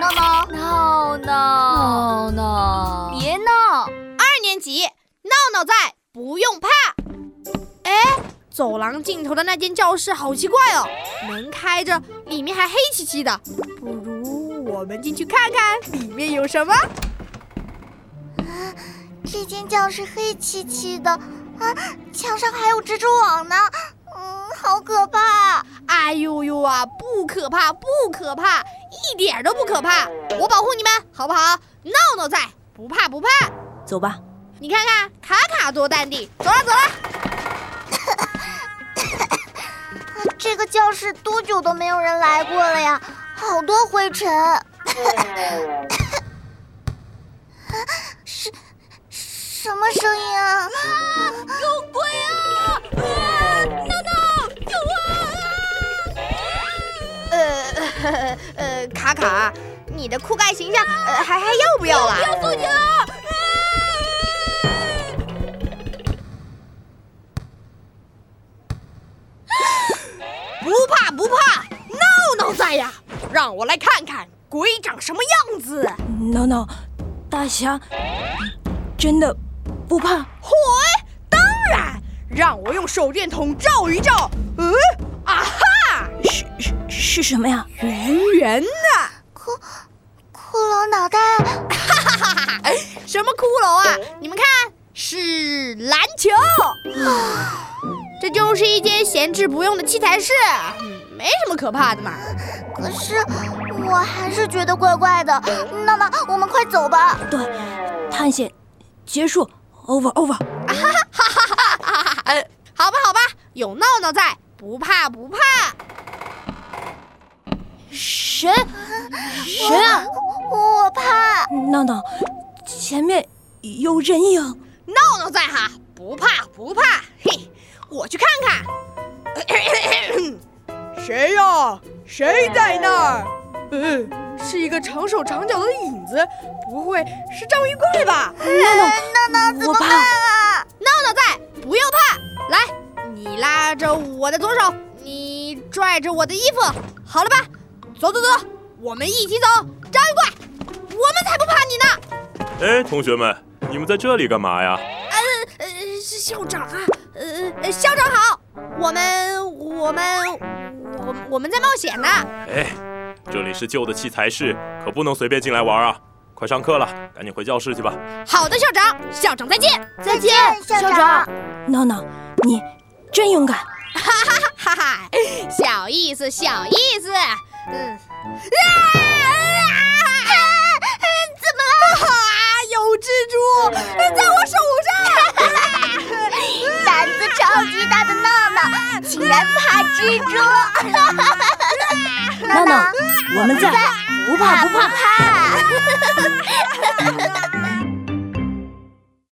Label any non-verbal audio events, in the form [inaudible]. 闹闹，闹哦闹，闹闹，别闹！二年级，闹闹在，不用怕。哎，走廊尽头的那间教室好奇怪哦，门开着，里面还黑漆漆的。不如我们进去看看里面有什么？这间教室黑漆漆的啊，墙上还有蜘蛛网呢，嗯，好可怕！哎呦呦啊，不可怕，不可怕，一点儿都不可怕。我保护你们，好不好？闹闹在，不怕不怕。走吧。你看看卡卡多淡定，走啊了走了。这个教室多久都没有人来过了呀？好多灰尘。是什么声音啊？有鬼啊！啊，闹闹，有啊！呃呃，卡卡，你的酷盖形象呃还还要不要了？啊不要送你了！不怕不怕，闹闹在呀，让我来看看鬼长什么样子。闹闹，大侠，真的不怕？火，当然，让我用手电筒照一照。嗯，啊哈，是是是什么呀？圆圆的，骷髅脑袋，什么骷髅啊？你们看，是篮球。啊这就是一间闲置不用的器材室，嗯没什么可怕的嘛。可是我还是觉得怪怪的。闹闹，我们快走吧。对，探险结束，over over。 [laughs] 好吧，好吧，有闹闹在，不怕不怕。谁？谁啊？我怕。闹闹，前面有人影。闹闹在哈，不怕不怕，嘿，我去看看。 [coughs] 谁呀、谁在那儿？嗯，是一个长手长脚的影子，不会是章鱼怪吧？闹闹，闹闹，我怕。呃闹闹在，不要怕。来，你拉着我的左手，你拽着我的衣服，好了吧？走走走，我们一起走。章鱼怪，我们才不怕你呢！哎，同学们，你们在这里干嘛呀？呃，是校长啊，呃，呃校长好，我们我们我我们在冒险呢。哎，这里是旧的器材室，可不能随便进来玩啊！快上课了，赶紧回教室去吧。好的，校长，校长再见，再见，校长。闹闹，你真勇敢。哈哈，小意思，小意思。嗯，啊啊！怎么了？啊，有蜘蛛在我手上。胆子超级大的闹闹，竟然怕蜘蛛。 [laughs] 闹闹，我们在，不怕不怕。怕。